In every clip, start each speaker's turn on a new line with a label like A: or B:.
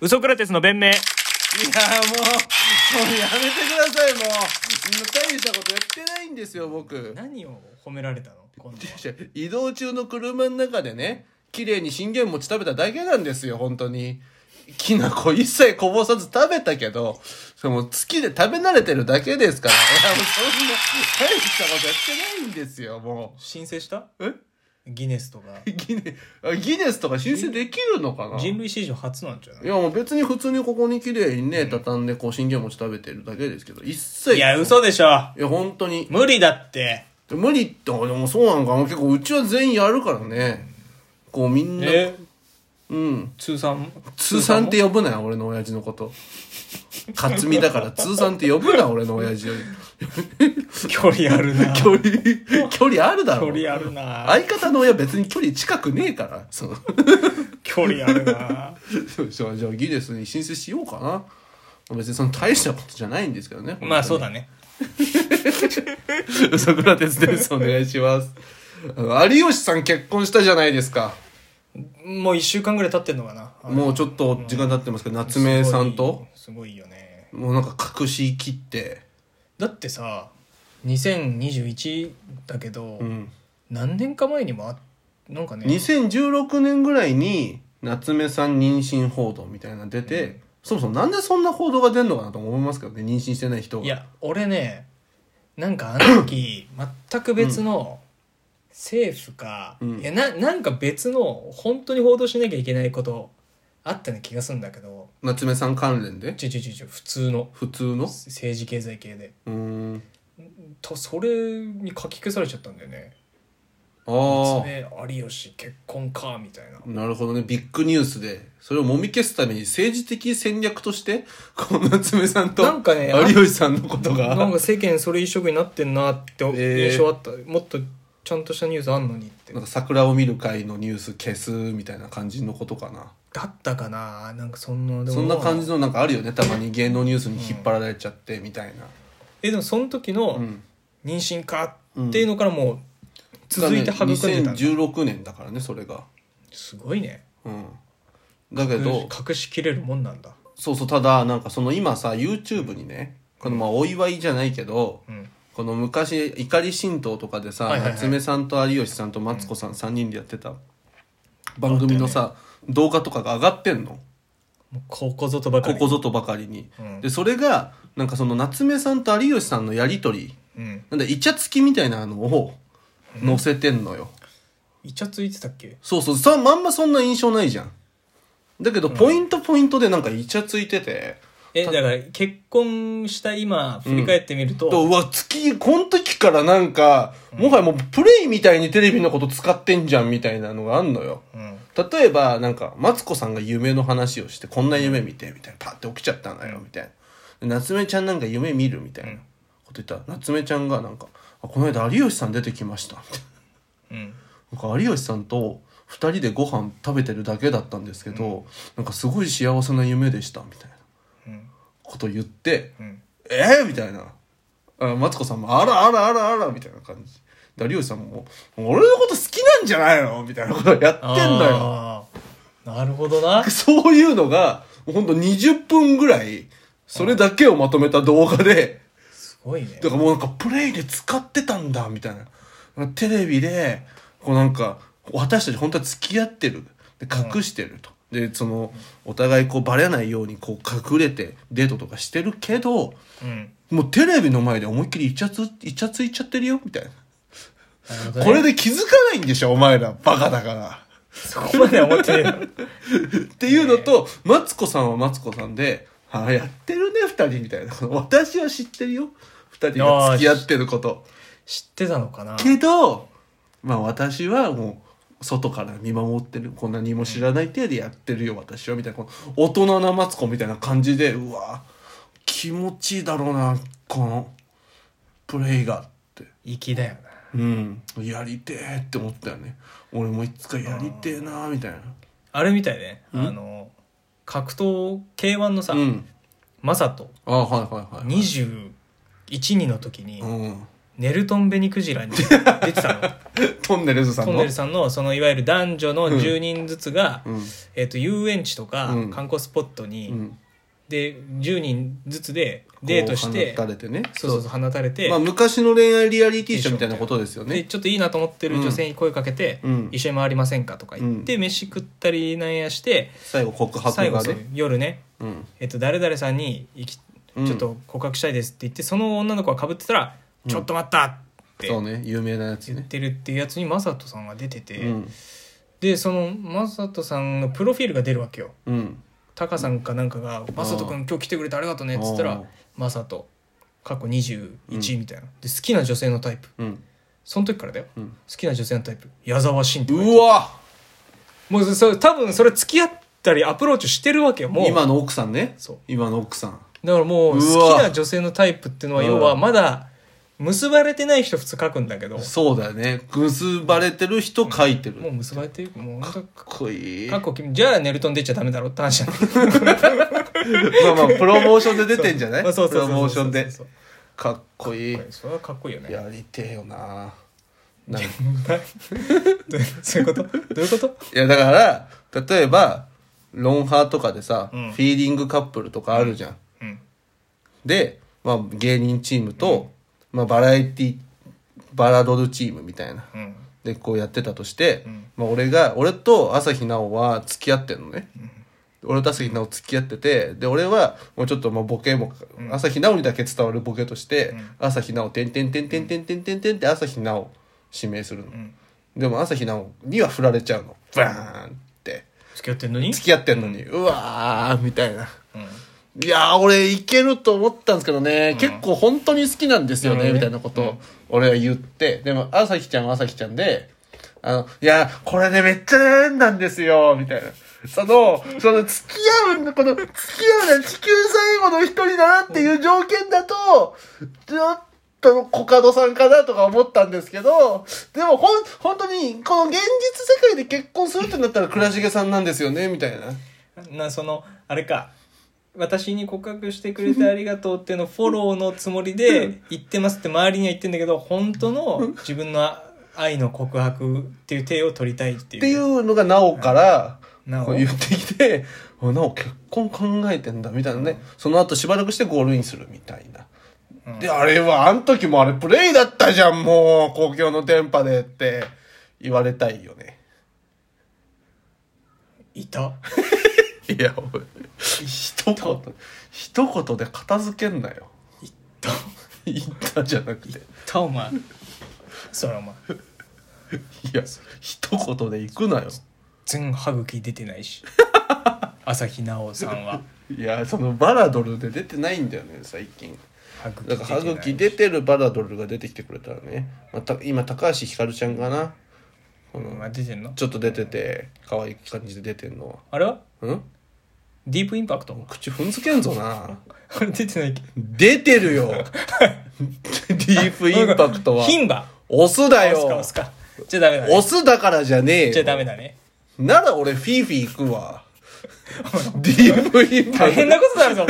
A: ウソクラテスの弁明
B: いやもうもうやめてくださいもう大したことやってないんですよ僕
A: 何を褒められたの今度は
B: 移動中の車の中でね綺麗に信玄餅食べただけなんですよ本当にきな粉一切こぼさず食べたけどその好きで食べ慣れてるだけですからいやもうそんな大したことやってないんですよも
A: 申請した
B: うえ
A: ギネスとか
B: ギネあギネスとか申請できるのかな
A: 人類史上初なんじゃない
B: いやもう別に普通にここに綺麗にね畳んでこう信玄餅食べてるだけですけど一切
A: いや、嘘でしょ。
B: いや本当に
A: 無理だって。
B: 無理ってでもそうなのかな結構うちは全員やるからねこうみんな、うん
A: 通算
B: 通算って呼ぶなよ俺の親父のこと勝美だから通算って呼ぶな俺の親父より
A: 距離あるな。距
B: 距離距離あるだろ
A: 離あるな。
B: 相方の親別に距離近くねえからその
A: 距離あるな。
B: そうじゃあじゃあギネスに申請しようかな別にその大したことじゃないんですけどね本当に
A: まあそうだね。
B: ソクラテスです。お願いします。あの有吉さん結婚したじゃないですか。
A: もう一週間ぐらい経ってんのかな。
B: もうちょっと時間経ってますけど、夏目さんと、
A: すごいすごいよね。
B: もうなんか隠し切って、
A: だってさ、2021だけど、
B: うん。
A: 何年か前にもあなんかね、
B: 2016年ぐらいに、夏目さん妊娠報道みたいなの出て、そもそもなんでそんな報道が出るのかなと思いますけどね、妊娠してない人が。
A: いや、俺ね、なんかあの 時、全く別の、政府か、
B: うん
A: いやななんか別の本当に報道しなきゃいけないことあったような気がするんだけど
B: 夏目さん関連で
A: ちょちょちょちょ普通の
B: 普通の
A: 政治経済系で
B: うーん。
A: とそれに書き消されちゃったんだよね
B: あ
A: 「
B: あ。
A: 娘有吉結婚か」みたいな
B: なるほどね。ビッグニュースで、それを揉み消すために政治的戦略として、この夏目さんと、
A: なんかね
B: 有吉さんのことが。
A: なんか世間それ一色になってんなって
B: えー
A: 印象あった、もっとちゃんとしたニュースあんのにって
B: なんか桜を見る会のニュース消すみたいな感じのことかな。
A: だったかななんかそんなでも
B: そんな感じのなんかあるよね。たまに芸能ニュースに引っ張られちゃってみたいな。
A: えでもその時の
B: うん。
A: 妊娠かっていうのからもう続いて育んでたんだ、
B: 2016年だからね、それが。
A: すごいね
B: うん。だけど、
A: 隠しきれるもんなんだ
B: そうそう、ただ、なんかその今さ、YouTube にね、このまあお祝いじゃないけど、
A: うん
B: この昔怒り神道とかでさ、
A: はいはいはい
B: 夏目さんと有吉さんとマツコさん3人でやってた番組のさ、動画とかが上がってんの
A: もうここぞとばか
B: こ
A: り
B: こぞとばかりに、
A: うん
B: でそれがなんかその夏目さんと有吉さんのやりとり
A: うん
B: なんだイチャつきみたいなのを載せてんのよ、
A: イチャついてたっけ
B: そうそうさまんまそんな印象ないじゃんだけどポイントポイントでなんかイチャついてて、
A: えだから結婚した今振り返ってみると、
B: とうわ月この時からなんか、もはやもうプレイみたいにテレビのこと使ってんじゃんみたいなのがあんのよ、
A: うん
B: 例えばなんかマツコさんが夢の話をしてこんな夢見てみたいなパッて起きちゃったのよみたいなで夏目ちゃんなんか夢見るみたいなこと言ったら夏目ちゃんがなんか「あこの間有吉さん出てきました」みたい
A: うん
B: ななんか有吉さんと2人でご飯食べてるだけだったんですけど、なんかすごい幸せな夢でしたみたいな
A: うん
B: こと言って
A: うん
B: 「えー、みたいなあマツコさんも「あらあらあらあら」みたいな感じで有吉さんも「俺のこと好きなんじゃないの?」みたいなことやってんだよ。
A: あーなるほどな
B: そういうのが、ほんと20分ぐらい、それだけをまとめた動画で、
A: すごいね
B: だからもうなんかプレイで使ってたんだ、みたいな。テレビで、こうなんか、私たち本当は付き合ってる。で隠してると。で、その、お互いこうバレないようにこう隠れてデートとかしてるけど、
A: うん
B: もうテレビの前で思いっきりイチャつ、イチャついちゃってるよ、みたいな。
A: なるほどね
B: これで気づかないんでしょ、お前ら。バカだから。
A: そこまでは思ってねえ よ
B: っていうのと、マツコさんはマツコさんで、ああ、やってるね、二人みたいな。私は知ってるよ。二人が付き合ってること。
A: 知ってたのかな
B: けど、まあ私はもう、外から見守ってる。こんなにも知らない程度やってるよ、私は。みたいな、この大人なマツコみたいな感じで、うわ、気持ちいいだろうな、この、プレイがって。
A: 粋だよな
B: うん。やりてえって思ったよね。俺もいつかやりてえな、みたいな。
A: あれみたいねあの格闘 K1 のさ、
B: うん。
A: マサト
B: あはいはいはい。
A: 21人の時に
B: うん。
A: ネルトンベニクジラに出て た
B: トンネルズ
A: の
B: さん
A: トン
B: の
A: ネルさんのそのいわゆる男女の10人ずつが、
B: うん
A: えっと遊園地とか
B: うん
A: 観光スポットに、
B: うん
A: で10人ずつでデートして
B: こう放たれてね
A: そうそうそう放たれて、
B: まあ、昔の恋愛リアリティショーみたいなことですよ
A: で
B: ね
A: ちょっといいなと思ってる女性に声かけて、
B: うん
A: 一緒に回りませんかとか言って、飯食ったりなんやして
B: 最後告白
A: 最後
B: が
A: そう
B: ね
A: 夜ね、
B: うん
A: えっと、誰々さんに行き
B: うん
A: ちょっと告白したいですって言って、その女の子がかぶってたら「ちょっと待った!」って
B: そうね有名なやつ
A: 言っ
B: ね
A: てるっていうやつにマサトさんが出てて、
B: うん
A: でそのマサトさんのプロフィールが出るわけよ。
B: うん
A: タカさんかなんかが「マサト君今日来てくれてありがとうね」っつった
B: あ
A: ら
B: ー
A: 「マサト」過去21みたいな、で好きな女性のタイプ
B: うん
A: その時からだよ、
B: うん
A: 好きな女性のタイプ矢沢慎って書いてある
B: うわ
A: もうそそ多分それ付き合ったりアプローチしてるわけよもう
B: 今の奥さんね
A: そう
B: 今の奥さん
A: だからもう
B: う
A: 好
B: わ
A: きな女性のタイプっていうのは
B: うん
A: 要はまだ結ばれてない人普通書くんだけども
B: そうだよね結ばれてる人書いてる
A: う結ばれてるもうなんか
B: かっこいい
A: 過去君じゃあネルトン出ちゃダメだろって話じゃない
B: まあまあプロモーションで出てんじゃない
A: まあそう
B: プ
A: そうそう
B: ロモーシ
A: そう
B: ョンで
A: そう
B: かっこいい
A: そうそれはかっこいいよね
B: やりてえよななんか
A: どういう そういうことどういうこと
B: いやだから例えばロンハーとかでさ、
A: うん
B: フィーリングカップルとかあるじゃん、
A: うん
B: で、まあ、芸人チームと、まあ、バラエティバラドルチームみたいな
A: うん
B: でこうやってたとして、
A: ん
B: まあ、俺が俺と朝日奈央は付き合ってんのね、俺と朝日奈央付き合っててで俺はもうちょっともうボケも、朝日奈央にだけ伝わるボケとして、朝日奈央てんてんてんてんてんてんてんてんって朝日奈央指名するの、
A: ん
B: でも朝日奈央には振られちゃうのバーンって
A: 付き合ってんのに
B: 付き合ってんのに、うわーみたいな。
A: うん
B: いやー俺いけると思ったんですけどね、結構本当に好きなんですよね
A: なるほどね
B: みたいなことを俺は言ってでも朝日ちゃんは朝日ちゃんで「あのいやーこれねめっちゃ悩んだんですよ」みたいな。その、その、付き合う、この、付き合うね、地球最後の一人だなっていう条件だと、ちょっと、コカドさんかなとか思ったんですけど、でも、ほん、本当に、この現実世界で結婚するってなったら、倉重さんなんですよね、みたいな。
A: なそのあれか私に告白してくれてありがとうっていうのをフォローのつもりで言ってますって周りには言ってんだけど本当の自分の愛の告白っていう手を取りたいっていう
B: っていうのがなおから、
A: なお
B: こう言ってきて、あなお結婚考えてんだ、みたいなね。その後しばらくしてゴールインするみたいな。で、あれは、あの時もあれプレイだったじゃん、もう、公共の電波でって言われたいよね。
A: いた
B: いや、おい一言、一言で片付けんなよ。
A: いたい
B: 言ったじゃなくて。い
A: たお前そらお前
B: や、一言で行くなよ。
A: 全歯茎出てないし朝日奈央さんはい
B: や、そのバラドルで出てないんだよね、最近。
A: 歯茎
B: だ
A: 出
B: か
A: て
B: ら
A: ない
B: 歯茎出てるバラドルが出てきてくれたらね、まあた今高橋ひかるちゃんかなこの
A: うんあ出てんの
B: ちょっと出てて可愛い感じで出てんのは
A: あれは
B: うん
A: ディープインパクト
B: 口踏んづけんぞな
A: あ れ出てないっけ
B: 出て るよディープインパクトは
A: 牝馬
B: オスだ
A: 押すか
B: よ
A: 押すかじゃあダメだね
B: オスだからじゃねえ
A: じゃあ
B: よ
A: ダメだね
B: なら俺フィーフィー行くわディープインパ
A: 大
B: クト
A: 変なことだぞ、お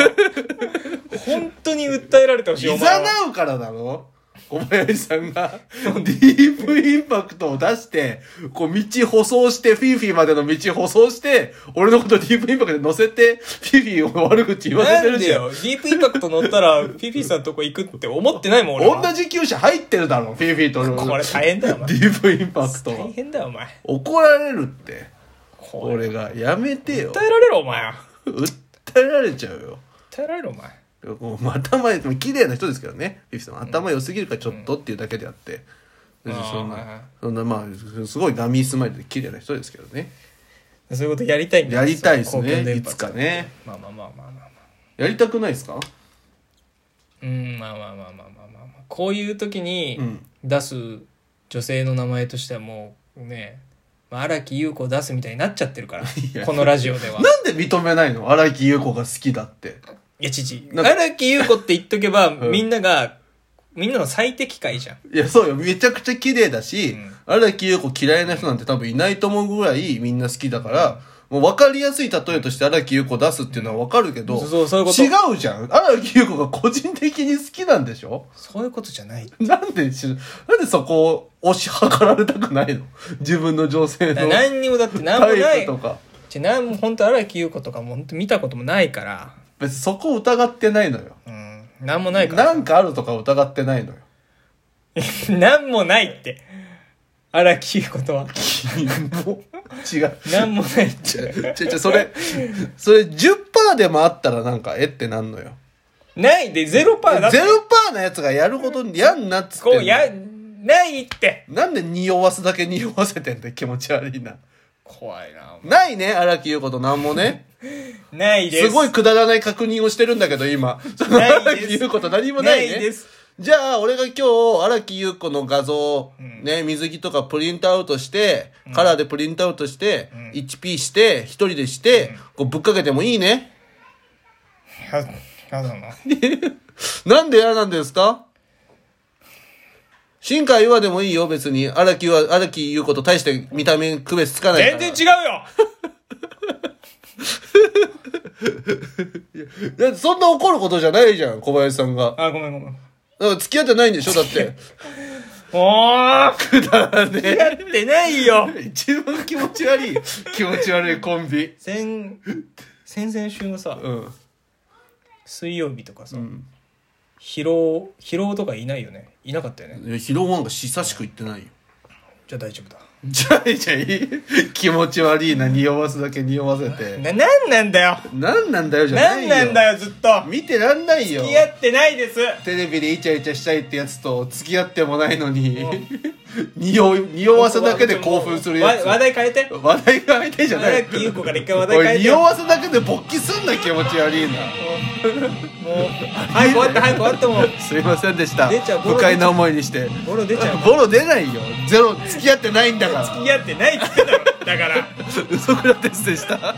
A: 前本当に訴えられてほしい、お
B: い
A: 前
B: ざ
A: は。
B: なうからだろ小林さんが、ディープインパクトを出して、こう道舗装して、フィーフィーまでの道舗装して、俺のことディープインパクトに乗せて、フィーフィーを悪口言わせて
A: な
B: る
A: んで
B: じゃん。
A: よ、ディープインパクト乗ったら、ピーピーさんのとこ行くって思ってないもん、俺は。
B: 同じ旧車入ってるだろ、フィーフィーと俺の
A: これ大変だよ、お
B: デ
A: 前。
B: ィープインパクトは
A: 大。変だよ、お前。
B: 怒られるって。
A: これ、
B: 俺が、やめてよ。
A: 訴えられろ、お前。
B: 訴えられちゃうよ。
A: 訴えられろ、お前。
B: こう頭いい綺麗な人ですけどねフィフィさん頭良すぎるからちょっとっていうだけであって、
A: うん
B: 別にそんな、
A: あーはいはい
B: そんなまあすごいガミースマイルで綺麗な人ですけどね
A: そういうことやりたいんだよ
B: やりたいですね
A: 公共電波
B: いつかね。
A: まあまあまあまあまあまあ。
B: やりたくないですか
A: うん、まあまあまあまあまあまあまあ。こういう時に
B: うん
A: 出す女性の名前としてはもうね、まあ荒木優子を出すみたいになっちゃってる から
B: や、
A: このラジオでは。
B: なんで認めないの荒木優子が好きだって
A: いや、父。
B: なんか
A: 荒木優子って言っとけば、
B: ん
A: みんなが、みんなの最適解じゃん。
B: いやそうよめちゃくちゃ綺麗だし
A: うん
B: 荒、木優子嫌いな人なんて多分いないと思うぐらいみんな好きだから、もう分かりやすい例えとして荒木優子出すっていうのは分かるけど、
A: そうそういうこと
B: 違うじゃん荒木優子が個人的に好きなんでしょ
A: そういうことじゃない。
B: なんでし、なんでそこを押し量られたくないの自分の女
A: だ
B: 性
A: から
B: の
A: 何にもだって何も
B: タ
A: な
B: イプ
A: い。
B: とか。
A: じゃあ、なんも本当荒木優子とかも本当見たこともないから、
B: 別にそこを疑ってないのよ。
A: うん、何もないから。
B: なんかあるとか疑ってな いのよ。
A: なんもないって。荒木優子とは。
B: もう違う。
A: なんもないって。
B: ちょちょちょそれ、それ10%でもあったらなんか、えってなんのよ。
A: ないで、ゼロパーだって。
B: 0%のやつがやることにやんなっつってん
A: こ
B: の
A: う、や、ないって。
B: なんで匂わすだけ匂わせてんだよ気持ち悪いな。
A: 怖いな。
B: ないね、荒木優子となんもね。
A: ないです。
B: すごいくだらない確認をしてるんだけど、今。その
A: ないです
B: 荒木優子と何もないね。
A: ないです
B: じゃあ、俺が今日、荒木優子の画像、ね、水着とかプリントアウトして、カラーでプリントアウトして、1P して、一人でして、こうぶっかけてもいいね。
A: や。やだな。
B: なんで嫌なんですか新海優愛でもいいよ、別に。荒木優愛、荒木優子と大して見た目区別つかないか
A: 全
B: ら。
A: 然違うよ
B: だってそんな怒ることじゃないじゃん、小林さんが。
A: あ、ごめんごめん。
B: だから付き合ってないんでしょ、だって。
A: おー
B: だからね。
A: やってないよ
B: 一番気持ち悪い気持ち悪いコンビ
A: 先、先々週のさ、
B: うん
A: 水曜日とかさ、疲労、疲労とかいないよね。いなかったよね。
B: 疲労なんか久しく言ってないよ
A: じゃあ大丈夫だ。
B: じゃあじゃあいい気持ち悪いな匂わすだけ匂わせて
A: な、なんなんだよ
B: なんなんだよじゃな
A: ないん
B: よ
A: なんだよ、ずっと
B: 見てらんないよ
A: 付き合ってないです
B: テレビでイチャイチャしたいってやつと付き合ってもないのに匂い匂わせだけで興奮するやつ
A: わ話題変えて。
B: 話題が相手じゃない
A: 荒木優子から一回話題
B: お
A: 変
B: い
A: えて
B: 匂
A: よ。
B: わせだけで勃起すんな気持ち悪いな
A: もう、早く終わって、早く終わってもう、
B: すいませんでした
A: 出ちゃう
B: 不快な思いにして
A: ボロ出ちゃう。
B: ボロ出ないよゼロ付き合ってないんだから
A: 付き合ってないって言ってたろだから。
B: 嘘ソクラテスでした